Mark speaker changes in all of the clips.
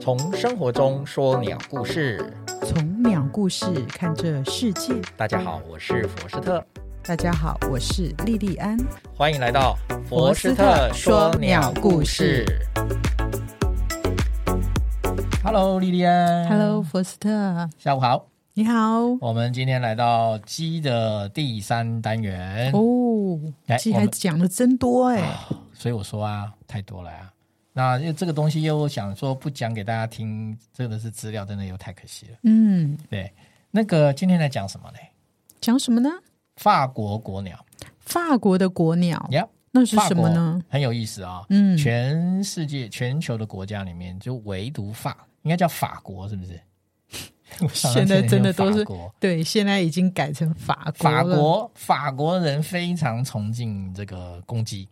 Speaker 1: 从生活中说鸟故事。
Speaker 2: 从鸟故事看这世界。
Speaker 1: 大家好，我是佛斯特，
Speaker 2: 大家好，我是莉莉安。
Speaker 1: 欢迎来到
Speaker 2: 佛斯特说鸟故事。
Speaker 1: Hello，莉莉安。
Speaker 2: Hello，福斯特，
Speaker 1: 下午好。
Speaker 2: 你好。
Speaker 1: 我们今天来到鸡的第三单元，
Speaker 2: 哦
Speaker 1: 来，
Speaker 2: 鸡
Speaker 1: 我
Speaker 2: 还
Speaker 1: 们
Speaker 2: 讲的真多哎、
Speaker 1: 所以我说啊，太多了啊。那因为这个东西又想说不讲给大家听，真的是资料真的又太可惜了。
Speaker 2: 嗯，
Speaker 1: 对，那个今天来讲什么呢？
Speaker 2: 讲什么呢？
Speaker 1: 法国国鸟
Speaker 2: 法国的国鸟，
Speaker 1: 呀
Speaker 2: 那是
Speaker 1: 法
Speaker 2: 什么
Speaker 1: 国
Speaker 2: 呢？
Speaker 1: 很有意思啊、
Speaker 2: 嗯，
Speaker 1: 全世界全球的国家里面，就唯独法，应该叫法国，是不 是？我想到
Speaker 2: 现在
Speaker 1: 这个
Speaker 2: 真的
Speaker 1: 法
Speaker 2: 都是
Speaker 1: 国
Speaker 2: 对，现在已经改成法国
Speaker 1: 法
Speaker 2: 了
Speaker 1: 国法国人非常崇敬这个公鸡，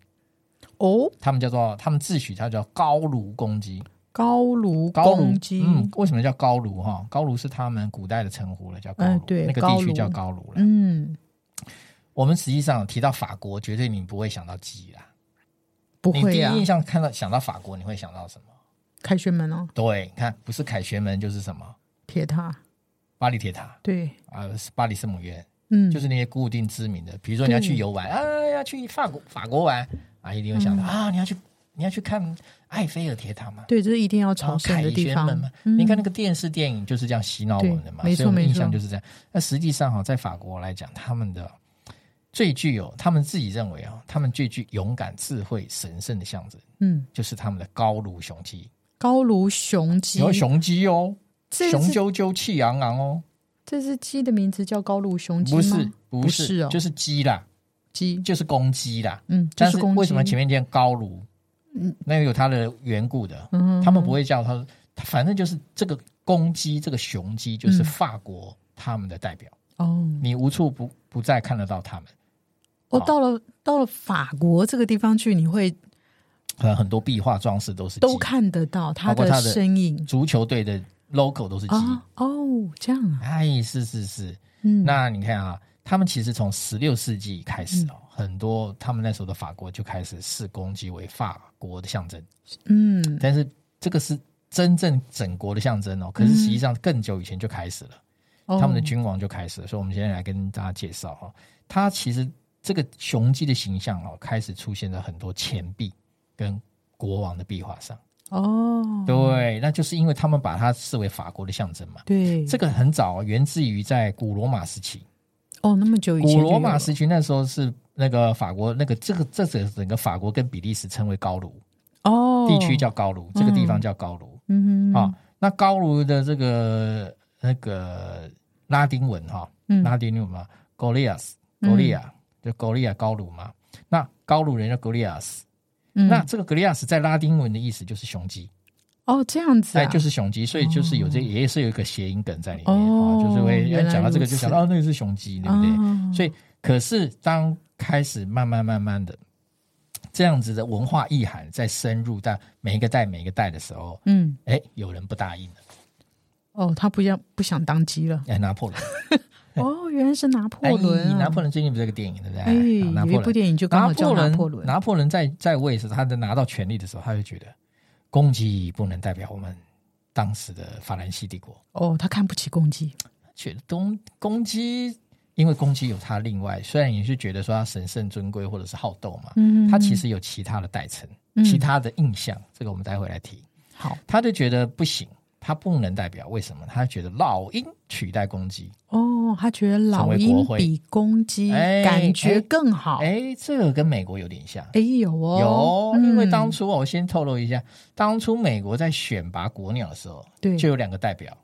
Speaker 2: 哦，
Speaker 1: 他们叫做他们自诩它叫高卢公鸡。
Speaker 2: 高卢
Speaker 1: 高卢
Speaker 2: 公鸡，
Speaker 1: 嗯，为什么叫高卢哈？高卢是他们古代的称呼了，叫高卢，
Speaker 2: 嗯对
Speaker 1: 那个
Speaker 2: 高
Speaker 1: 地
Speaker 2: 卢
Speaker 1: 区叫高卢了。
Speaker 2: 嗯，
Speaker 1: 我们实际上提到法国，绝对你不会想到鸡啦。
Speaker 2: 不
Speaker 1: 你第
Speaker 2: 会啊
Speaker 1: 一，印象看到想到法国，你会想到什么？
Speaker 2: 凯旋门哦，
Speaker 1: 对，你看，不是凯旋门就是什么
Speaker 2: 铁塔，
Speaker 1: 巴黎铁塔
Speaker 2: 对，
Speaker 1: 啊、巴黎圣母院，
Speaker 2: 嗯，
Speaker 1: 就是那些固定知名的。比如说你要去游玩啊，要去法国法国玩啊，一定会想
Speaker 2: 嗯
Speaker 1: 到、啊，你要去你要去看埃菲尔铁塔嘛，
Speaker 2: 对，这是一定要
Speaker 1: 然后
Speaker 2: 朝圣
Speaker 1: 凯
Speaker 2: 的地
Speaker 1: 旋
Speaker 2: 方嗯
Speaker 1: 门嘛。。你看那个电视电影就是这样洗脑我们的嘛，
Speaker 2: 对没错
Speaker 1: 所以我们印
Speaker 2: 没
Speaker 1: 象
Speaker 2: 错
Speaker 1: 就是这样。那实际上哈、在法国来讲，他们的最具有他们自己认为啊、他们最具勇敢、智慧、神圣的象征，
Speaker 2: 嗯，
Speaker 1: 就是他们的高卢雄鸡，
Speaker 2: 高卢雄鸡，
Speaker 1: 有雄鸡哦。
Speaker 2: 这
Speaker 1: 雄
Speaker 2: 只
Speaker 1: 赳赳气昂昂哦，
Speaker 2: 这只鸡的名字叫高卢雄鸡吗
Speaker 1: 不是不
Speaker 2: 不
Speaker 1: 是
Speaker 2: 是哦
Speaker 1: 就是鸡啦，
Speaker 2: 鸡，
Speaker 1: 就是公鸡啦。
Speaker 2: 嗯，就
Speaker 1: 但是
Speaker 2: 公鸡。
Speaker 1: 为什么前面念高卢？
Speaker 2: 嗯
Speaker 1: 那有它的缘故的。
Speaker 2: 嗯哼
Speaker 1: 他们不会叫它，它反正就是这个公鸡，这个雄鸡
Speaker 2: 嗯
Speaker 1: 就是法国他们的代表，
Speaker 2: 哦？
Speaker 1: 你无处不不再看得到他们。
Speaker 2: 我
Speaker 1: 好
Speaker 2: 到了到了法国这个地方去，你会
Speaker 1: 呃，很多壁画装饰都是鸡
Speaker 2: 都，看得到它
Speaker 1: 包括它的
Speaker 2: 身影
Speaker 1: 足球队的 logo 都是鸡。
Speaker 2: 啊。哦，这样啊，
Speaker 1: 哎，是是是，
Speaker 2: 嗯，
Speaker 1: 那你看啊，他们其实从十六世纪开始
Speaker 2: 嗯
Speaker 1: 哦，很多他们那时候的法国就开始视公鸡为法国的象征，
Speaker 2: 嗯
Speaker 1: 但是这个是真正整国的象征哦。可是实际上更久以前就开始了，
Speaker 2: 嗯哦
Speaker 1: 他们的君王就开始了。所以我们现在来跟大家介绍哦，它其实这个雄鸡的形象哦，开始出现在很多钱币跟国王的壁画上。
Speaker 2: 哦，
Speaker 1: 对，那就是因为他们把它视为法国的象征嘛。
Speaker 2: 对，
Speaker 1: 这个很早哦，源自于在古罗马时期。
Speaker 2: 哦那么久以前
Speaker 1: 古
Speaker 2: 就有了，
Speaker 1: 罗马时期那时候是那个法国，那个这个这整整个法国跟比利时称为高卢、
Speaker 2: 哦
Speaker 1: 地区，叫高卢，这个地方叫高卢
Speaker 2: 嗯
Speaker 1: 啊、
Speaker 2: 哼
Speaker 1: 那高卢的这个那个拉丁文哈、
Speaker 2: 嗯
Speaker 1: 拉丁文嘛 g o l i a s g
Speaker 2: 嗯
Speaker 1: o l i a 就 g o l i a 高卢嘛。那高卢人叫 g o l i a s
Speaker 2: 嗯
Speaker 1: 那这个 g o l i a s 在拉丁文的意思就是雄鸡，
Speaker 2: 哦这样子
Speaker 1: 哎，
Speaker 2: 啊，
Speaker 1: 就是雄鸡，所以就是有这也是有一个谐音梗在里面
Speaker 2: 哦
Speaker 1: 啊，就是会
Speaker 2: 原来
Speaker 1: 讲到这个
Speaker 2: 如
Speaker 1: 就
Speaker 2: 此
Speaker 1: 想到哦，那个是雄鸡，对不对？
Speaker 2: 哦
Speaker 1: 所以，可是当开始慢慢慢慢的这样子的文化意涵在深入到每一个代每一个代的时候，
Speaker 2: 嗯
Speaker 1: 哎，有人不答应了，
Speaker 2: 哦，他不要不想当鸡了。
Speaker 1: 哎，拿破仑，
Speaker 2: 哦，原来是拿破
Speaker 1: 哎
Speaker 2: 仑
Speaker 1: 你
Speaker 2: 啊！
Speaker 1: 拿破仑最近不是有个电影对不对？
Speaker 2: 哎，
Speaker 1: 啊拿
Speaker 2: 有一
Speaker 1: 破
Speaker 2: 部
Speaker 1: 仑，
Speaker 2: 电影就刚好叫拿破仑。
Speaker 1: 拿破仑在在位时，他在拿到权力的时候，他就觉得攻击不能代表我们当时的法兰西帝国，
Speaker 2: 哦，他看不起公鸡。
Speaker 1: 觉得攻攻击。因为攻击有他另外，虽然也是觉得说他神圣尊贵或者是好斗嘛，
Speaker 2: 嗯
Speaker 1: 他其实有其他的代称，
Speaker 2: 嗯
Speaker 1: 其他的印象，这个我们待会来提。
Speaker 2: 好
Speaker 1: 他就觉得不行，他不能代表为什么？他觉得老鹰取代公鸡，
Speaker 2: 哦，他觉得老鹰比公鸡
Speaker 1: 哎
Speaker 2: 感觉更好。
Speaker 1: 哎，这个跟美国有点像。
Speaker 2: 哎，有哦，
Speaker 1: 有，因为
Speaker 2: 嗯
Speaker 1: 当初我先透露一下，当初美国在选拔国鸟的时候，
Speaker 2: 对嗯
Speaker 1: 就有两个代表，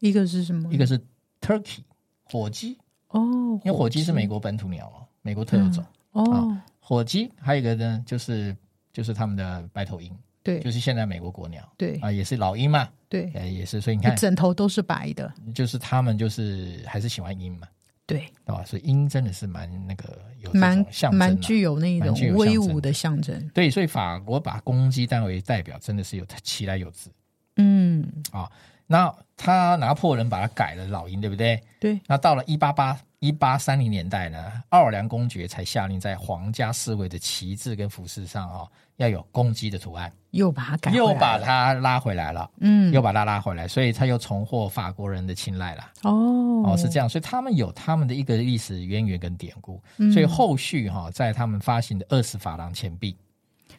Speaker 2: 一个是什么？
Speaker 1: 一个是 turkey 火鸡，
Speaker 2: 哦，
Speaker 1: 因为火鸡是美国本土鸟嘛，美国特有种。
Speaker 2: 哦
Speaker 1: 啊，火鸡还有一个呢，就是就是他们的白头鹰，
Speaker 2: 对
Speaker 1: 就是现在美国国鸟
Speaker 2: 对
Speaker 1: 啊，也是老鹰嘛，
Speaker 2: 对，
Speaker 1: 呃，也是，所以你看，
Speaker 2: 枕头都是白的。
Speaker 1: 就是他们就是还是喜欢鹰嘛，
Speaker 2: 对，
Speaker 1: 对吧？所以鹰真的是蛮那个有这
Speaker 2: 蛮
Speaker 1: 种象征、啊，
Speaker 2: 蛮具有那
Speaker 1: 蛮
Speaker 2: 种
Speaker 1: 具有象
Speaker 2: 威
Speaker 1: 征
Speaker 2: 武的象征。
Speaker 1: 对，所以法国把公鸡当为代表，真的是有其来有之。
Speaker 2: 嗯，
Speaker 1: 那他拿破仑把它改了老鹰，对不对？
Speaker 2: 对，
Speaker 1: 那到了一八八一八三零年代呢，奥尔良公爵才下令在皇家侍卫的旗帜跟服饰上哦，要有公鸡的图案，
Speaker 2: 又把它改回来
Speaker 1: 又
Speaker 2: 了，
Speaker 1: 把它拉回来了，
Speaker 2: 嗯，
Speaker 1: 又把它拉回来，所以他又重获法国人的青睐了。
Speaker 2: 哦
Speaker 1: 哦，是这样，所以他们有他们的一个历史渊源跟典故，
Speaker 2: 样
Speaker 1: 所以后续哈、在他们发行的二十法郎钱币，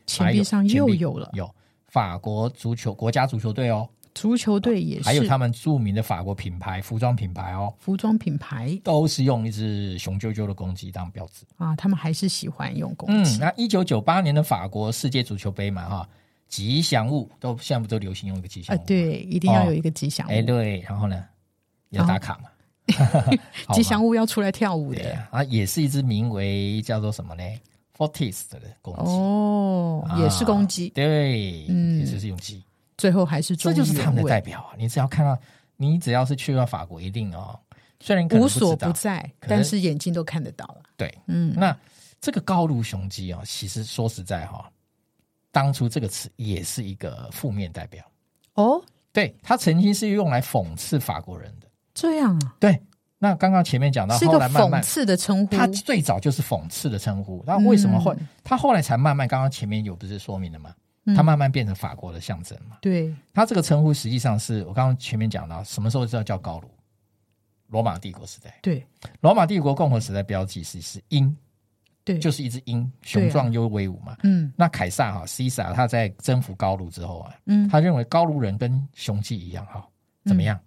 Speaker 2: 钱币上
Speaker 1: 还钱
Speaker 2: 又
Speaker 1: 币
Speaker 2: 有了，
Speaker 1: 有法国足球国家足球队哦，
Speaker 2: 足球队也是，
Speaker 1: 啊还有他们著名的法国品牌服装品牌哦，
Speaker 2: 服装品牌
Speaker 1: 都是用一只雄赳赳的公鸡当标志。
Speaker 2: 啊，他们还是喜欢用公
Speaker 1: 嗯，
Speaker 2: 鸡，
Speaker 1: 那一九九八年的法国世界足球杯嘛，哈，吉祥物都现在不都流行用一个吉
Speaker 2: 啊
Speaker 1: 祥物？，
Speaker 2: 对，一定要有一个吉祥
Speaker 1: 哎
Speaker 2: 物，
Speaker 1: 对，然后呢，要打卡嘛， 好
Speaker 2: 哦
Speaker 1: 嘛
Speaker 2: 吉祥物要出来跳舞
Speaker 1: 对
Speaker 2: 的。
Speaker 1: 啊，啊也是一只名为叫做什么呢，Fortis 的公鸡，
Speaker 2: 哦，也是公鸡
Speaker 1: 啊，对，
Speaker 2: 嗯
Speaker 1: 也是用鸡，
Speaker 2: 最后还是忠
Speaker 1: 这
Speaker 2: 于
Speaker 1: 就是他们
Speaker 2: 原
Speaker 1: 的
Speaker 2: 味
Speaker 1: 代表啊。你只要看到，你只要是去到法国，一定哦，虽然可能
Speaker 2: 无
Speaker 1: 知
Speaker 2: 所
Speaker 1: 道
Speaker 2: 不在，
Speaker 1: 可能
Speaker 2: 但是眼睛都看得到了。
Speaker 1: 对，
Speaker 2: 嗯，
Speaker 1: 那这个高卢雄鸡啊、哦，其实说实在哈、当初这个词也是一个负面代表，
Speaker 2: 哦，
Speaker 1: 对，它曾经是用来讽刺法国人的。
Speaker 2: 这样啊，
Speaker 1: 对，那刚刚前面讲到，
Speaker 2: 是一
Speaker 1: 后
Speaker 2: 个
Speaker 1: 来慢
Speaker 2: 讽
Speaker 1: 慢，
Speaker 2: 刺的称呼。
Speaker 1: 它最早就是讽刺的称呼，那为什么会？
Speaker 2: 嗯
Speaker 1: 它后来才慢慢，刚刚前面有不是说明了吗？
Speaker 2: 嗯
Speaker 1: 它慢慢变成法国的象征嘛。
Speaker 2: 对，
Speaker 1: 它这个称呼实际上是我刚刚前面讲到，什么时候知道叫高卢？罗马帝国时代，
Speaker 2: 对，
Speaker 1: 罗马帝国共和时代标记是是鹰，
Speaker 2: 对，
Speaker 1: 就是是一只鹰，
Speaker 2: 对
Speaker 1: 雄
Speaker 2: 啊
Speaker 1: 壮又威武嘛。
Speaker 2: 嗯
Speaker 1: 那凯撒哈西撒他在征服高卢之后啊，
Speaker 2: 嗯，
Speaker 1: 他认为高卢人跟雄鸡一样哈，怎么样？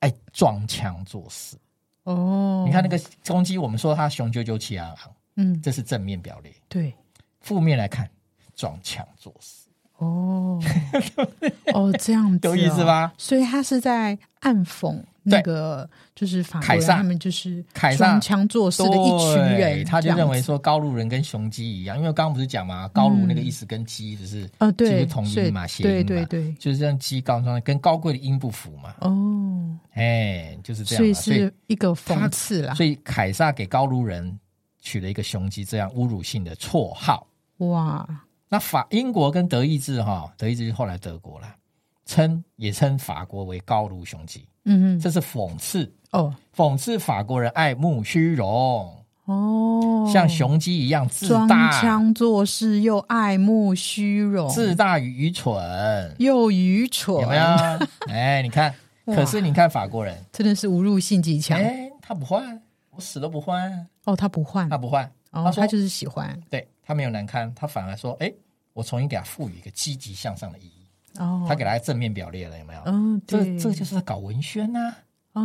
Speaker 1: 爱装腔作势。
Speaker 2: 哦，
Speaker 1: 你看那，个公鸡，我们说它雄赳赳气昂昂，
Speaker 2: 嗯，
Speaker 1: 这是正面表列。
Speaker 2: 对，
Speaker 1: 负面来看，装腔作势，
Speaker 2: 哦，哦，这样子
Speaker 1: 有意思
Speaker 2: 哦？
Speaker 1: 吧？
Speaker 2: 所以他是在暗讽那个，就是法国
Speaker 1: 凯
Speaker 2: 人
Speaker 1: 撒
Speaker 2: 他们就是
Speaker 1: 凯撒
Speaker 2: 装腔作势啊的一群
Speaker 1: 对
Speaker 2: 人，
Speaker 1: 他就
Speaker 2: 这样
Speaker 1: 认为
Speaker 2: 子，嗯
Speaker 1: 说高卢人跟雄鸡一样，因为刚刚不是讲嘛，高卢那个意思跟鸡只是
Speaker 2: 哦，
Speaker 1: 就
Speaker 2: 对，
Speaker 1: 是同
Speaker 2: 所以
Speaker 1: 音嘛谐
Speaker 2: 对
Speaker 1: 音
Speaker 2: 对
Speaker 1: 嘛
Speaker 2: 对，
Speaker 1: 就是让鸡高装跟高贵的音不符嘛，
Speaker 2: 哦，
Speaker 1: 哎，就是这
Speaker 2: 所
Speaker 1: 样
Speaker 2: 以
Speaker 1: 嘛。所以
Speaker 2: 是一个讽
Speaker 1: 他
Speaker 2: 刺啦，
Speaker 1: 所以凯撒给高卢人取了一个雄鸡这样侮辱性的绰号。
Speaker 2: 哇，
Speaker 1: 那法英国跟德意志哈，德意志是后来德国啦，称也称法国为高卢雄鸡，
Speaker 2: 嗯嗯，
Speaker 1: 这是讽刺，
Speaker 2: 哦
Speaker 1: 讽刺法国人爱慕虚荣，
Speaker 2: 哦，
Speaker 1: 像雄鸡一样自
Speaker 2: 装
Speaker 1: 大、
Speaker 2: 腔作势，又爱慕虚荣，
Speaker 1: 自大与愚蠢，
Speaker 2: 又愚蠢，
Speaker 1: 有没有？ 哎，你看，
Speaker 2: 哇
Speaker 1: 可是你看法国人，
Speaker 2: 真的是侮辱性极强。
Speaker 1: 哎，他不换，我死都不换，
Speaker 2: 哦，他不换，
Speaker 1: 他不换，啊他
Speaker 2: 哦，他
Speaker 1: 说
Speaker 2: 就是喜欢
Speaker 1: 对他没有难堪，他反而说，哎，我重新给他赋予一个积极向上的意义，
Speaker 2: 哦，
Speaker 1: 他给他正面表列了，有没有？
Speaker 2: 嗯，
Speaker 1: 这
Speaker 2: 对，
Speaker 1: 这就是搞文宣呐、
Speaker 2: 哦，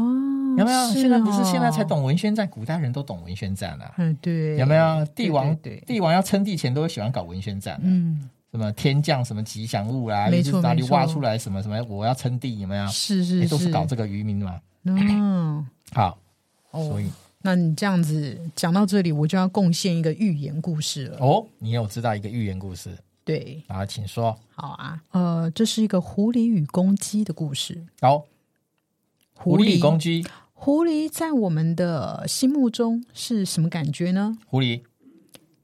Speaker 1: 有没有？现在不是
Speaker 2: 哦
Speaker 1: 现在才，懂文宣战，古代人都懂文宣战啊，
Speaker 2: 嗯，对，
Speaker 1: 有没有？帝王
Speaker 2: 对，对
Speaker 1: 帝王要称帝前都会喜欢搞文宣战啊、
Speaker 2: 嗯，
Speaker 1: 什么天降什么吉祥物啊，
Speaker 2: 没
Speaker 1: 一
Speaker 2: 错
Speaker 1: 直哪里
Speaker 2: 没错
Speaker 1: 挖出来什么什么，我要称帝有没有？
Speaker 2: 是
Speaker 1: 哎
Speaker 2: 是
Speaker 1: 都是
Speaker 2: 是，
Speaker 1: 搞这个渔民嘛。
Speaker 2: 嗯，
Speaker 1: 好，所
Speaker 2: 哦，
Speaker 1: 以
Speaker 2: 那你这样子讲到这里，我就要贡献一个寓言故事了。
Speaker 1: 哦，你有知道一个寓言故事
Speaker 2: 对，
Speaker 1: 啊，请说。
Speaker 2: 好啊，呃，这是一个狐狸与公鸡的故事。
Speaker 1: 好，狐狸与公鸡，
Speaker 2: 狐狸在我们的心目中是什么感觉呢？
Speaker 1: 狐狸，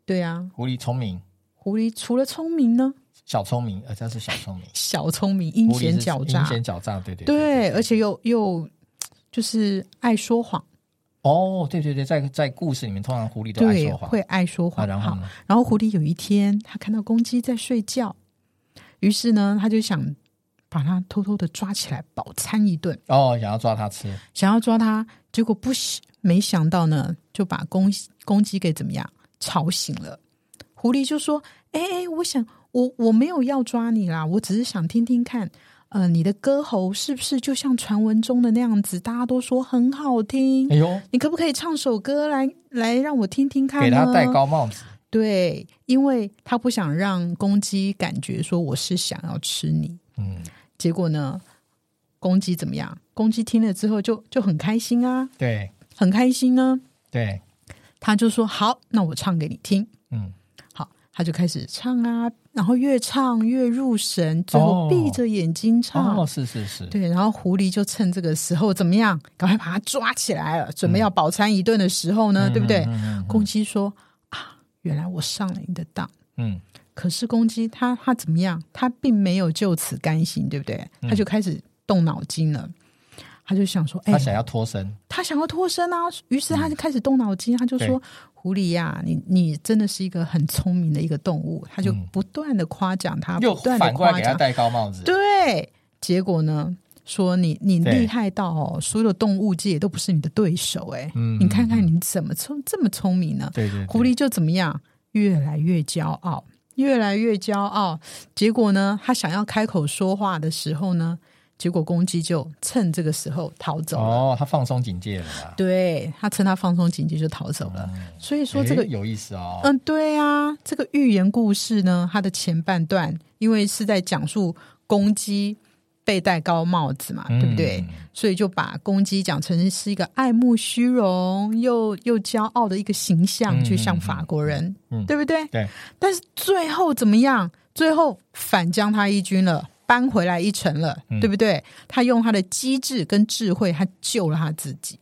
Speaker 2: 对啊，
Speaker 1: 狐狸聪明，
Speaker 2: 狐狸除了聪明呢，
Speaker 1: 小聪明，呃，它是小聪明，
Speaker 2: 小聪明、 阴
Speaker 1: 狐狸
Speaker 2: 险
Speaker 1: 是
Speaker 2: 狡
Speaker 1: 阴
Speaker 2: 诈，
Speaker 1: 险狡诈，对对
Speaker 2: 对，而且又又就是爱说谎，
Speaker 1: 哦，对对对，在在故事里面，通常狐狸都爱
Speaker 2: 对，
Speaker 1: 说谎。
Speaker 2: 会爱说
Speaker 1: 啊，
Speaker 2: 谎。
Speaker 1: 然后
Speaker 2: 好，
Speaker 1: 呢？
Speaker 2: 然后狐狸有一天，他看到公鸡在睡觉，于是呢，他就想把它偷偷的抓起来饱餐一顿，
Speaker 1: 哦，想要抓它吃，
Speaker 2: 想要抓它，结果不喜没想到呢，就把公公鸡给怎么样吵醒了。狐狸就说：“哎哎，我想我我没有要抓你啦，我只是想听听看，呃，你的歌喉是不是就像传闻中的那样子，大家都说很好听
Speaker 1: 哎，呦，
Speaker 2: 你可不可以唱首歌来来让我听听看
Speaker 1: 给
Speaker 2: 呢？
Speaker 1: 它戴高帽子，
Speaker 2: 对，因为他不想让公鸡感觉说我是想要吃你。
Speaker 1: 嗯，
Speaker 2: 结果呢，公鸡怎么样？公鸡听了之后就就很开心啊，
Speaker 1: 对
Speaker 2: 很开心呢、
Speaker 1: 对，
Speaker 2: 他就说好，那我唱给你听。
Speaker 1: 嗯，
Speaker 2: 好，他就开始唱啊，然后越唱越入神，最后
Speaker 1: 哦
Speaker 2: 闭着眼睛唱。
Speaker 1: 哦，是是是，
Speaker 2: 啊对，然后狐狸就趁这个时候怎么样，赶快把它抓起来了，准备要饱餐一顿的时候呢，
Speaker 1: 嗯
Speaker 2: 啊对不对？
Speaker 1: 嗯嗯
Speaker 2: 公鸡说啊，原来我上了你的当。
Speaker 1: 嗯，
Speaker 2: 可是公鸡
Speaker 1: 嗯
Speaker 2: 它它怎么样？它并没有就此甘心，对不对？它就开始动脑筋了。他就想说，哎、
Speaker 1: 他想要脱身，
Speaker 2: 他想要脱身啊，于是他就开始动脑筋，他就说
Speaker 1: 对：“
Speaker 2: 狐狸呀、你你真的是一个很聪明的一个动物。”他就
Speaker 1: 嗯
Speaker 2: 不断的夸奖他，
Speaker 1: 又
Speaker 2: 啊不断
Speaker 1: 反
Speaker 2: 的
Speaker 1: 过来
Speaker 2: 夸
Speaker 1: 给他
Speaker 2: 奖，
Speaker 1: 戴高帽子，
Speaker 2: 对。结果呢，说你你
Speaker 1: 对
Speaker 2: 厉害到哦，所有的动物界都不是你的对手、哎、
Speaker 1: 嗯
Speaker 2: 你看看你怎么聪这么聪明呢？
Speaker 1: 对对，对
Speaker 2: 狐狸就怎么样，越来越骄傲，越来越骄傲。结果呢，他想要开口说话的时候呢，结果公鸡就趁这个时候逃走了。
Speaker 1: 哦，他放松警戒了啦，
Speaker 2: 对他趁他放松警戒就逃走了。所以说这个
Speaker 1: 嗯诶，有意思哦，
Speaker 2: 嗯，对啊，这个寓言故事呢，它的前半段因为是在讲述公鸡被戴高帽子嘛，对不对？
Speaker 1: 嗯
Speaker 2: 所以就把公鸡讲成是一个爱慕虚荣又又骄傲的一个形象，
Speaker 1: 嗯
Speaker 2: 去向法国人，
Speaker 1: 嗯
Speaker 2: 对不对？
Speaker 1: 对，
Speaker 2: 但是最后怎么样？最后反将他一军了，扳回来一城了，
Speaker 1: 嗯
Speaker 2: 对不对？他用他的机智跟智慧，他救了他自己。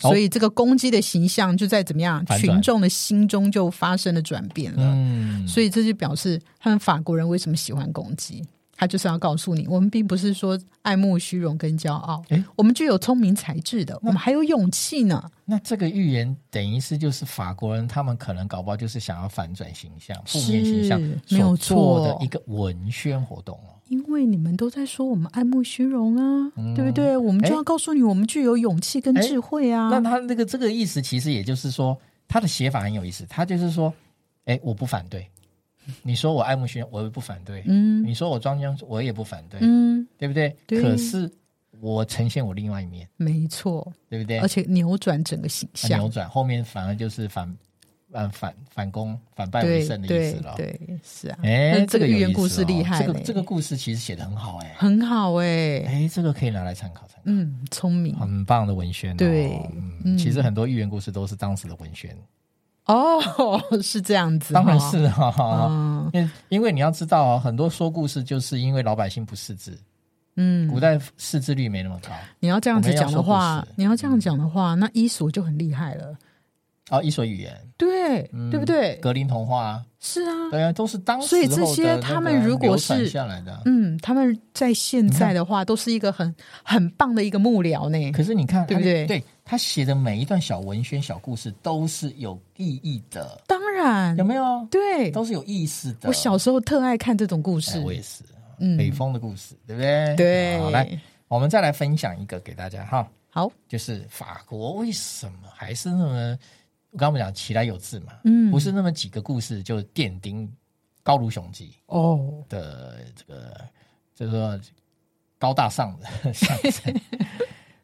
Speaker 1: 好
Speaker 2: 所以这个公鸡的形象就在怎么样
Speaker 1: 哦反转
Speaker 2: 群众的心中就发生了转变了。
Speaker 1: 嗯，
Speaker 2: 所以这就表示他们法国人为什么喜欢公鸡，他就是要告诉你，我们并不是说爱慕虚荣跟骄傲
Speaker 1: 诶，
Speaker 2: 我们具有聪明才智的，我们还有勇气呢。
Speaker 1: 那这个预言等于是就是法国人他们可能搞不好就是想要反转形象、负面形象
Speaker 2: 是没
Speaker 1: 所
Speaker 2: 有
Speaker 1: 做的
Speaker 2: 错
Speaker 1: 一个文宣活动哦。
Speaker 2: 因为你们都在说我们爱慕虚荣啊，
Speaker 1: 嗯
Speaker 2: 对不对？我们就要告诉你，我们具有勇气跟智慧啊。
Speaker 1: 那他那个这个意思，其实也就是说，他的写法很有意思。他就是说，哎，我不反对，你说我爱慕虚荣，我也不反对；
Speaker 2: 嗯
Speaker 1: 你说我装腔，我也不反对，
Speaker 2: 嗯，
Speaker 1: 对不对？
Speaker 2: 对
Speaker 1: 可是我呈现我另外一面，
Speaker 2: 没错，
Speaker 1: 对不对？
Speaker 2: 而且扭转整个形象
Speaker 1: 扭，转后面反而就是反，呃反反攻反败为
Speaker 2: 对
Speaker 1: 胜的意
Speaker 2: 对
Speaker 1: 思了。
Speaker 2: 对，是啊，
Speaker 1: 哎，
Speaker 2: 那这个
Speaker 1: 有
Speaker 2: 寓言
Speaker 1: 意思
Speaker 2: 故事
Speaker 1: 哦
Speaker 2: 厉害
Speaker 1: 这个
Speaker 2: 嘞
Speaker 1: 这个故事其实写的很好哎。
Speaker 2: 很好哎，
Speaker 1: 哎，这个可以拿来参考参考，
Speaker 2: 嗯，聪明
Speaker 1: 很棒的文宣、哦。
Speaker 2: 对
Speaker 1: 嗯，其实很多寓言故事都是当时的文宣，
Speaker 2: 哦，是这样子，
Speaker 1: 当然是啊哈、
Speaker 2: 哦，
Speaker 1: 哈，
Speaker 2: 嗯
Speaker 1: 因、 因为你要知道、哦，很多说故事就是因为老百姓不识字，
Speaker 2: 嗯，
Speaker 1: 古代识字率没那么高。
Speaker 2: 你要这样子讲
Speaker 1: 我们
Speaker 2: 的
Speaker 1: 要说
Speaker 2: 话
Speaker 1: 故事，
Speaker 2: 你要这样讲的话，那伊索就很厉害了，
Speaker 1: 哦，伊索语言，
Speaker 2: 对
Speaker 1: 嗯
Speaker 2: 对不对？
Speaker 1: 格林童话啊，
Speaker 2: 是啊，
Speaker 1: 对啊，都是当时
Speaker 2: 所以这
Speaker 1: 候的
Speaker 2: 些
Speaker 1: 那个
Speaker 2: 他们如果是
Speaker 1: 流传下来的啊，
Speaker 2: 嗯，他们在现在的话都是一个很很棒的一个幕僚呢。
Speaker 1: 可是你看，
Speaker 2: 对不对
Speaker 1: 他对他写的每一段小文宣、小故事都是有意义的，
Speaker 2: 当然
Speaker 1: 有，没有？
Speaker 2: 对，
Speaker 1: 都是有意思的。
Speaker 2: 嗯我小时候特爱看这种故
Speaker 1: 哎
Speaker 2: 事。
Speaker 1: 我也是，
Speaker 2: 嗯
Speaker 1: 北风的故事，对不对？
Speaker 2: 对，
Speaker 1: 好，来，我们再来分享一个给大家哈，
Speaker 2: 好，
Speaker 1: 就是法国为什么还是那么，我刚刚我们讲其来有志嘛，
Speaker 2: 嗯
Speaker 1: 不是那么几个故事就奠定高卢雄鸡
Speaker 2: 哦，
Speaker 1: 的这个这个高大上的象 征，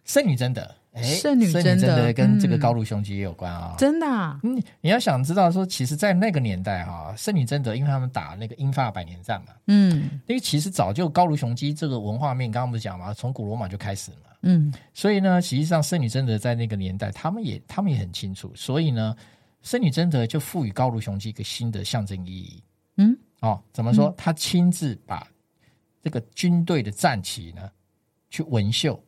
Speaker 1: 圣女贞德，哎，
Speaker 2: 圣女贞德
Speaker 1: 真的跟这个
Speaker 2: 嗯
Speaker 1: 高卢雄鸡也有关啊、
Speaker 2: 真的啊，
Speaker 1: 嗯，你要想知道说，其实，在那个年代哈、圣女贞德，因为他们打那个英法百年战嘛，
Speaker 2: 嗯
Speaker 1: 因为其实早就高卢雄鸡这个文化面，刚刚不是讲嘛，从古罗马就开始嘛，
Speaker 2: 嗯
Speaker 1: 所以呢，实际上圣女贞德在那个年代，他们也他们也很清楚，所以呢，圣女贞德就赋予高卢雄鸡一个新的象征意义。
Speaker 2: 嗯，
Speaker 1: 哦，怎么说？他亲自把这个军队的战旗呢，去纹绣，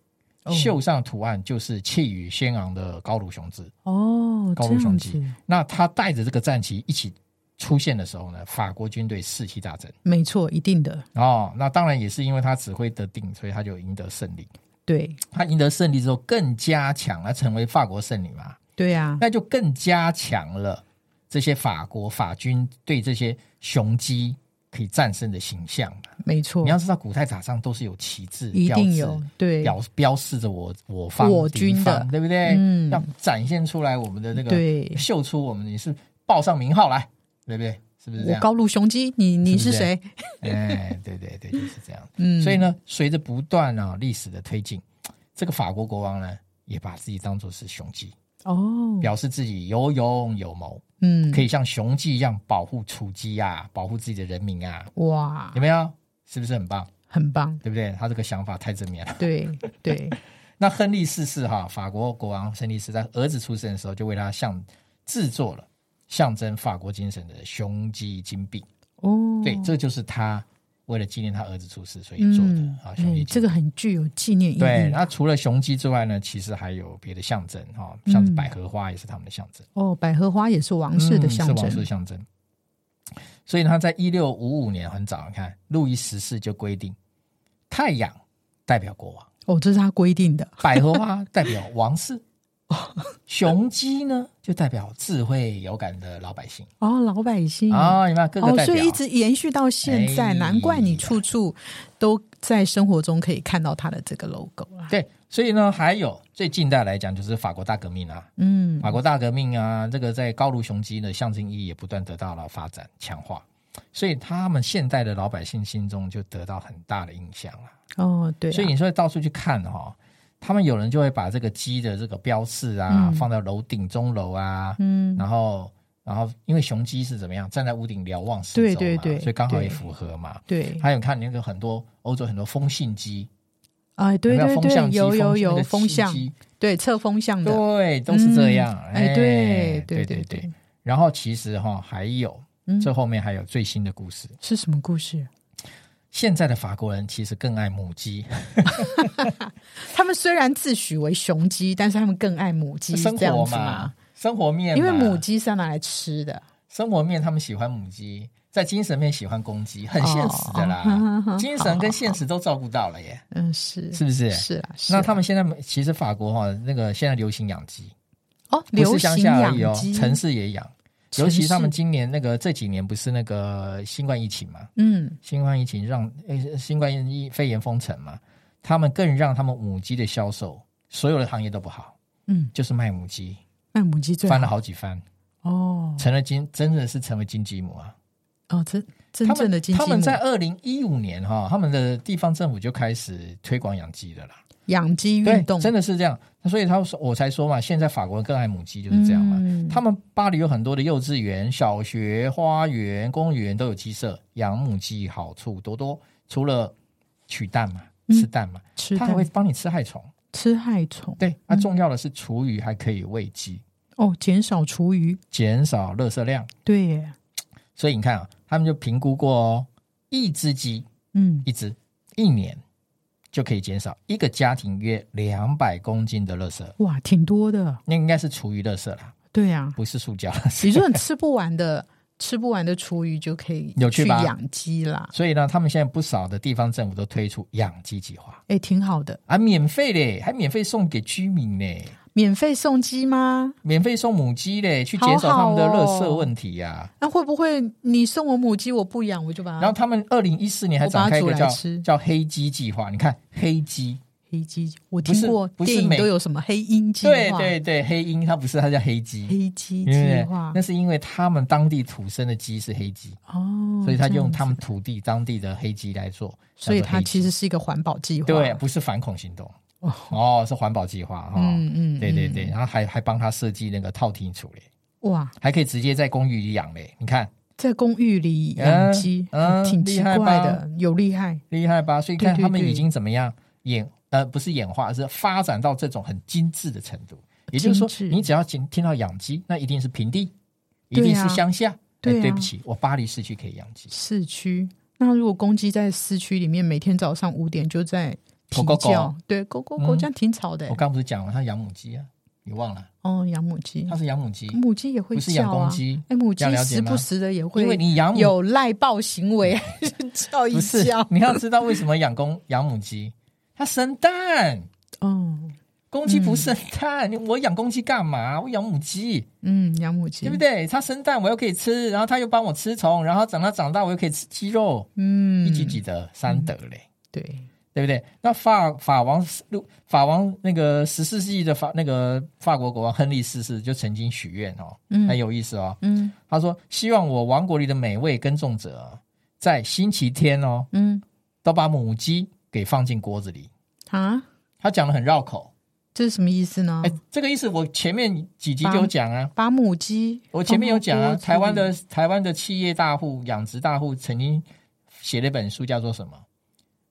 Speaker 2: 哦
Speaker 1: 绣上图案就是气宇轩昂的高卢雄志。
Speaker 2: 哦，
Speaker 1: 高
Speaker 2: 这
Speaker 1: 卢雄
Speaker 2: 样
Speaker 1: 鸡
Speaker 2: 子，
Speaker 1: 那他带着这个战旗一起出现的时候呢，法国军队士气大振。
Speaker 2: 没错，一定的，
Speaker 1: 哦，那当然也是因为他指挥得定，所以他就赢得胜利。
Speaker 2: 对
Speaker 1: 他赢得胜利之后，更加强，他成为法国圣女嘛，
Speaker 2: 对啊，
Speaker 1: 那就更加强了这些法国法军对这些雄鸡可以战胜的形象嘛。
Speaker 2: 没错
Speaker 1: 你，要知道，古代打仗都是有旗帜，
Speaker 2: 哦一
Speaker 1: 标志
Speaker 2: 定有，对
Speaker 1: 标标示着我我方
Speaker 2: 我
Speaker 1: 敌
Speaker 2: 军的
Speaker 1: 方对不对？
Speaker 2: 嗯
Speaker 1: 要展现出来我们的那个，
Speaker 2: 对，
Speaker 1: 秀出我们你是报上名号来，对不对？是不是这
Speaker 2: 我
Speaker 1: 样？
Speaker 2: 高卢雄鸡，你你
Speaker 1: 是
Speaker 2: 是
Speaker 1: 不是
Speaker 2: 谁？
Speaker 1: 哎，对对对，就是这样。
Speaker 2: 嗯，
Speaker 1: 所以呢，随着不断啊历史的推进，这个法国国王呢，也把自己当做是雄鸡，
Speaker 2: 哦，
Speaker 1: 表示自己有勇有谋，
Speaker 2: 嗯，
Speaker 1: 可
Speaker 2: 以
Speaker 1: 以像雄鸡一样保护雏鸡啊，保护自己的人民啊，
Speaker 2: 哇
Speaker 1: 有，没有？是不是很棒？
Speaker 2: 很棒，
Speaker 1: 对不对？他这个想法太正面了。
Speaker 2: 对对，
Speaker 1: 那亨利四世哈，法国国王亨利四世在儿子出生的时候，就为他象制作了象征法国精神的雄鸡金币。
Speaker 2: 哦，
Speaker 1: 对，这就是他为了纪念他儿子出世所以做的
Speaker 2: 嗯
Speaker 1: 啊，雄鸡
Speaker 2: 哎，
Speaker 1: 金币
Speaker 2: 这个很具有纪念意义。
Speaker 1: 对，那除了雄鸡之外呢，其实还有别的象征哈，
Speaker 2: 嗯
Speaker 1: 哦像是百合花也是他们的象征，
Speaker 2: 哦，百合花也是王室的
Speaker 1: 嗯
Speaker 2: 象
Speaker 1: 是
Speaker 2: 征
Speaker 1: 王室。的象征。所以呢他在一 六五五年很早，你看路易十四就规定，太阳代表国王，
Speaker 2: 哦，这是他规定的，
Speaker 1: 百合花代表王 室，雄鸡呢就代表智慧有感的老百姓
Speaker 2: 哦，老百姓
Speaker 1: 啊，有没有各个
Speaker 2: 哦，
Speaker 1: 代
Speaker 2: 所
Speaker 1: 表
Speaker 2: 以一？直延续到现在，
Speaker 1: 哎
Speaker 2: 难怪你处处都在生活中可以看到他的这个 logo 啊啦。
Speaker 1: 对，所以呢，还有最近代来讲，就是法国大革命啊，
Speaker 2: 嗯，
Speaker 1: 法国大革命啊，这个在高卢雄鸡的象征意义也不断得到了发展强化，所以他们现代的老百姓心中就得到很大的影响啊。
Speaker 2: 哦，对啊、
Speaker 1: 所以你说到处去看哈、他们有人就会把这个鸡的这个标志啊、
Speaker 2: 嗯
Speaker 1: 放到楼顶、钟楼啊，
Speaker 2: 嗯，
Speaker 1: 然后然后因为雄鸡是怎么样站在屋顶瞭望四周嘛，
Speaker 2: 对对对
Speaker 1: 所以刚好也
Speaker 2: 对
Speaker 1: 符合嘛。
Speaker 2: 对，
Speaker 1: 还有看那个很多欧洲很多风信鸡，
Speaker 2: 哎，对
Speaker 1: 有没
Speaker 2: 对
Speaker 1: 有风向
Speaker 2: 对，
Speaker 1: 鸡
Speaker 2: 有有
Speaker 1: 那
Speaker 2: 有
Speaker 1: 个
Speaker 2: 风
Speaker 1: 信
Speaker 2: 向，
Speaker 1: 鸡
Speaker 2: 对侧风向的，
Speaker 1: 对，都是这样。
Speaker 2: 嗯哎，对
Speaker 1: 对
Speaker 2: 对
Speaker 1: 对，然后其实哈、还有
Speaker 2: 嗯
Speaker 1: 这后面还有最新的故事。
Speaker 2: 是什么故事？
Speaker 1: 啊现在的法国人其实更爱母鸡，
Speaker 2: 他们虽然自诩为雄鸡，但是他们更爱母鸡，是
Speaker 1: 生
Speaker 2: 这样
Speaker 1: 活
Speaker 2: 子吗
Speaker 1: 嘛？，生活面嘛，
Speaker 2: 因为母鸡是要拿来吃的，
Speaker 1: 生活面他们喜欢母鸡，在精神面喜欢公鸡，很现实的啦。
Speaker 2: 哦哦好
Speaker 1: 精神跟现实都照顾到了耶，
Speaker 2: 嗯，是
Speaker 1: 是不是？
Speaker 2: 是啊，是
Speaker 1: 那
Speaker 2: 啊
Speaker 1: 他们现在其实法国哈、那个现在流行养鸡，
Speaker 2: 哦，
Speaker 1: 不
Speaker 2: 流
Speaker 1: 是乡
Speaker 2: 行
Speaker 1: 下而已
Speaker 2: 养
Speaker 1: 哦
Speaker 2: 鸡，，
Speaker 1: 城市也养。
Speaker 2: 城
Speaker 1: 尤其他们
Speaker 2: 市
Speaker 1: 今年那个这几年不是那个新冠疫情嘛，
Speaker 2: 嗯，
Speaker 1: 新冠疫情让呃新冠疫肺炎封城嘛，他们更让他们母鸡的销售，所有的行业都不好，
Speaker 2: 嗯，
Speaker 1: 就是卖母鸡
Speaker 2: 卖母鸡最
Speaker 1: 翻了
Speaker 2: 好
Speaker 1: 好几番，
Speaker 2: 哦
Speaker 1: 成了金真的是成为金鸡母啊。
Speaker 2: 哦，真真
Speaker 1: 他
Speaker 2: 正
Speaker 1: 们
Speaker 2: 的经济
Speaker 1: 他们在
Speaker 2: 母
Speaker 1: 二零一五年哈，他们的地方政府就开始推广养鸡的啦。
Speaker 2: 养鸡
Speaker 1: 对
Speaker 2: 运，动
Speaker 1: 真的是这样。所以他说，我才说嘛，现在法国人更爱母鸡就是这样嘛。
Speaker 2: 嗯
Speaker 1: 他们巴黎有很多的幼稚园、小学、花园、公园都有鸡舍，养母鸡好处多多。除了取蛋嘛，
Speaker 2: 嗯
Speaker 1: 吃蛋嘛，
Speaker 2: 吃
Speaker 1: 它还会
Speaker 2: 蛋嗯
Speaker 1: 帮你吃害虫。
Speaker 2: 吃害虫
Speaker 1: 对，那、重要的是厨余还可以喂鸡，
Speaker 2: 哦，减少厨余，
Speaker 1: 减少垃圾量。
Speaker 2: 对耶，
Speaker 1: 所以你看啊，他们就评估过哦，一只鸡
Speaker 2: 嗯，
Speaker 1: 一只一年就可以减少一个家庭约两百公斤的垃圾，
Speaker 2: 哇，挺多的，
Speaker 1: 那应该是厨余垃圾啦，
Speaker 2: 对啊，
Speaker 1: 不是塑胶垃圾。
Speaker 2: 也就是你吃不完的 吃不完的厨余就可以
Speaker 1: 有趣
Speaker 2: 去
Speaker 1: 吧
Speaker 2: 养鸡啦，
Speaker 1: 所以呢，他们现在不少的地方政府都推出养鸡计划
Speaker 2: 哎，挺好的，
Speaker 1: 啊，免费嘞，还免费送给居民嘞，
Speaker 2: 免费送鸡吗？
Speaker 1: 免费送母鸡嘞，去减少他们的垃
Speaker 2: 哦
Speaker 1: 圾问题呀、
Speaker 2: 那会不会你送我母鸡，我不养，我就把它
Speaker 1: 然后他们二零一四年还展开一
Speaker 2: 啊我
Speaker 1: 个
Speaker 2: 把它煮来
Speaker 1: 叫
Speaker 2: 吃
Speaker 1: 叫黑鸡计划，你看黑鸡，
Speaker 2: 黑鸡？我
Speaker 1: 不
Speaker 2: 听
Speaker 1: 是
Speaker 2: 过
Speaker 1: 不是
Speaker 2: 电影
Speaker 1: 每
Speaker 2: 都有什么黑鹰计划，
Speaker 1: 对对对，黑鹰它不是它叫黑鸡，
Speaker 2: 黑鸡
Speaker 1: 因
Speaker 2: 计
Speaker 1: 为
Speaker 2: 划
Speaker 1: 那是因为他们当地土生的鸡是黑鸡，
Speaker 2: 哦，
Speaker 1: 所以他
Speaker 2: 这样
Speaker 1: 用
Speaker 2: 子
Speaker 1: 他们土地当地的黑鸡来做，
Speaker 2: 所以
Speaker 1: 叫做
Speaker 2: 它
Speaker 1: 黑
Speaker 2: 其
Speaker 1: 鸡
Speaker 2: 实是一个环保计划，
Speaker 1: 对，不是反恐行动
Speaker 2: 哦
Speaker 1: 哦，是环保计划哈。
Speaker 2: 嗯嗯，
Speaker 1: 对对
Speaker 2: 嗯，
Speaker 1: 对，然后还还帮他设计那个套厅处嘞，
Speaker 2: 哇，
Speaker 1: 还可以直接在公寓里养嘞，你看
Speaker 2: 在公寓里养鸡，
Speaker 1: 嗯嗯
Speaker 2: 挺奇怪
Speaker 1: 厉害吧
Speaker 2: 的，有厉害，
Speaker 1: 厉害吧？所以看
Speaker 2: 对对
Speaker 1: 他们
Speaker 2: 对
Speaker 1: 已经怎么样演呃不是演化，是发展到这种很精致的程度。也就是说
Speaker 2: 精，致
Speaker 1: 你只要听听到养鸡，那一定是平地，一
Speaker 2: 对
Speaker 1: 定
Speaker 2: 啊
Speaker 1: 是乡下。
Speaker 2: 对
Speaker 1: 哎对
Speaker 2: 啊
Speaker 1: 不起，我巴黎市区可以养鸡，
Speaker 2: 市区。那如果公鸡在市区里面，每天早上五点就在啼
Speaker 1: 狗狗狗
Speaker 2: 叫，对，狗狗狗
Speaker 1: 嗯
Speaker 2: 这样挺吵的
Speaker 1: 我。刚不是讲了，他养母鸡啊，你忘了？
Speaker 2: 哦，养母鸡
Speaker 1: 他，是养母鸡，
Speaker 2: 母鸡嗯也会
Speaker 1: 不是养
Speaker 2: 叫啊
Speaker 1: 公。鸡。
Speaker 2: 哎，母鸡
Speaker 1: 这样了解
Speaker 2: 时
Speaker 1: 吗
Speaker 2: 不时的也
Speaker 1: 因为
Speaker 2: 会
Speaker 1: 你养母
Speaker 2: 有赖爆行为， 还是叫一
Speaker 1: 不是
Speaker 2: 叫，。
Speaker 1: 你要知道为什么养公养母鸡，它生蛋，
Speaker 2: 哦，
Speaker 1: 公鸡不生蛋，我养公鸡干嘛？我养母鸡，
Speaker 2: 嗯，养母鸡，
Speaker 1: 对不？对？它生蛋，我又可以吃，然后它又帮我吃虫，然后长大长大我又可以吃鸡肉，
Speaker 2: 嗯，
Speaker 1: 一举几得三得嘞，
Speaker 2: 对，
Speaker 1: 对不对？那法法王路法王那个十四世纪的法那个法国国王亨利四世就曾经许愿哦，
Speaker 2: 嗯
Speaker 1: 很有意思哦，
Speaker 2: 嗯
Speaker 1: 他说希望我王国里的每位耕种者哦在星期天哦
Speaker 2: 嗯
Speaker 1: 都把母鸡给放进锅子里。
Speaker 2: 啊，
Speaker 1: 他讲的很绕口，
Speaker 2: 这是什么意思呢
Speaker 1: 哎、？这个意思我前面几集就有讲啊，
Speaker 2: 把母鸡，
Speaker 1: 我前面有讲
Speaker 2: 哦
Speaker 1: 啊，台湾的台湾的企业大户、养殖大户曾经写了一本书，叫做什么？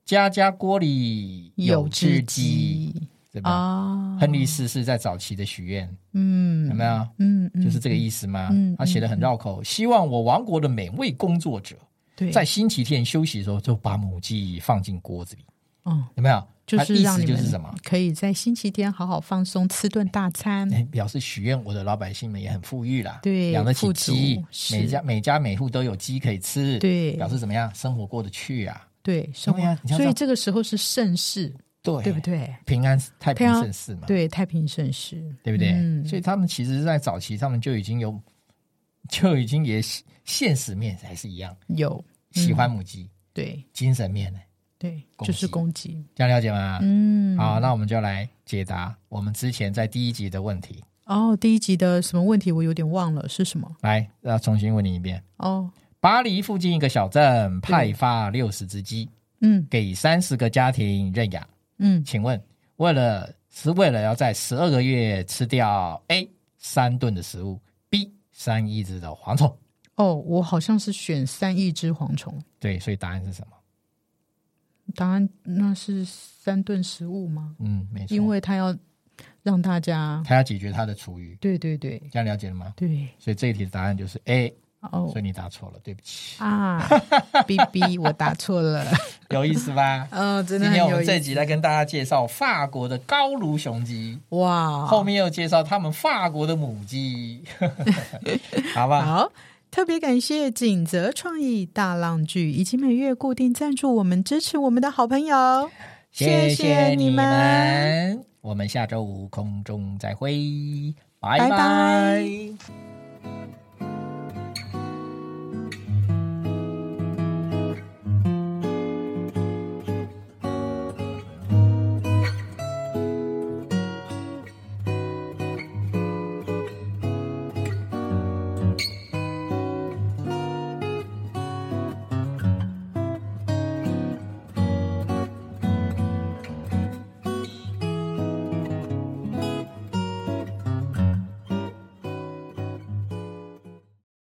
Speaker 1: 家家锅里有
Speaker 2: 有
Speaker 1: 只
Speaker 2: 只
Speaker 1: 鸡，
Speaker 2: 鸡
Speaker 1: 对吧？
Speaker 2: 啊，
Speaker 1: 亨利四世在早期的许愿
Speaker 2: 嗯，
Speaker 1: 有没有？
Speaker 2: 嗯，嗯，
Speaker 1: 就是这个意思吗？
Speaker 2: 嗯
Speaker 1: 他写的很绕口，希望我王国的每位工作者
Speaker 2: 对，
Speaker 1: 在星期天休息的时候，就把母鸡放进锅子里，
Speaker 2: 嗯，
Speaker 1: 有没有？
Speaker 2: 就
Speaker 1: 他
Speaker 2: 是
Speaker 1: 意
Speaker 2: 让
Speaker 1: 思
Speaker 2: 你
Speaker 1: 就
Speaker 2: 们嗯
Speaker 1: 是什么？
Speaker 2: 可以在星期天好好放松，吃顿大餐。
Speaker 1: 哎表示许愿，我的老百姓们也很富裕啦，
Speaker 2: 对
Speaker 1: 养得起
Speaker 2: 富足
Speaker 1: 鸡，
Speaker 2: 是
Speaker 1: 每家每家每户都有鸡可以吃，
Speaker 2: 对
Speaker 1: 表示怎么样，生活过得去啊。
Speaker 2: 对，生活
Speaker 1: 对啊你像这
Speaker 2: 所以
Speaker 1: 样
Speaker 2: 这个时候是盛世，
Speaker 1: 对
Speaker 2: 对不？对？
Speaker 1: 平安太平
Speaker 2: 平安
Speaker 1: 盛世嘛，
Speaker 2: 对，太平盛世，
Speaker 1: 对不对？
Speaker 2: 嗯
Speaker 1: 所以他们其实，在早期，他们就已经有，就已经也现实面还是一样，
Speaker 2: 有
Speaker 1: 喜欢母鸡，
Speaker 2: 对
Speaker 1: 精神面呢，
Speaker 2: 对，
Speaker 1: 攻
Speaker 2: 就是
Speaker 1: 击
Speaker 2: 攻击，
Speaker 1: 这样了解吗？
Speaker 2: 嗯，
Speaker 1: 好，那我们就来解答我们之前在第一集的问题。
Speaker 2: 哦，第一集的什么问题我有点忘了是什么
Speaker 1: 来，要重新问你一遍：
Speaker 2: 哦，
Speaker 1: 巴黎附近一个小镇派发六十只鸡
Speaker 2: 嗯
Speaker 1: 给三十个家庭认养，
Speaker 2: 嗯，
Speaker 1: 请问为了是为了要在十二个月吃掉 A 三顿的食物，B 三亿只的蝗虫？
Speaker 2: 哦，我好像是选三亿只蝗虫，
Speaker 1: 对，所以答案是什么？
Speaker 2: 答案那是三顿食物吗？
Speaker 1: 嗯，没错，
Speaker 2: 因为他要让大家，
Speaker 1: 他要解决他的厨余，
Speaker 2: 对对对
Speaker 1: 这样了解了吗？
Speaker 2: 对，
Speaker 1: 所以这一题的答案就是 A，
Speaker 2: 哦
Speaker 1: 所以你答错了，对不起，
Speaker 2: 啊，B B，我答错 了，
Speaker 1: 有意思吧？
Speaker 2: 嗯，真
Speaker 1: 今
Speaker 2: 的很
Speaker 1: 天我
Speaker 2: 有
Speaker 1: 们这
Speaker 2: 意思，
Speaker 1: 集来跟大家介绍法国的高卢雄鸡，
Speaker 2: 哇，
Speaker 1: 后面又介绍他们法国的母鸡， 好吧？
Speaker 2: 好，特别感谢锦泽创意大浪剧以及每月固定赞助我们、支持我们的好朋友，
Speaker 1: 谢
Speaker 2: 谢
Speaker 1: 你
Speaker 2: 们。
Speaker 1: 们，我们下周五空中再会，
Speaker 2: 拜
Speaker 1: 拜
Speaker 2: 拜
Speaker 1: 拜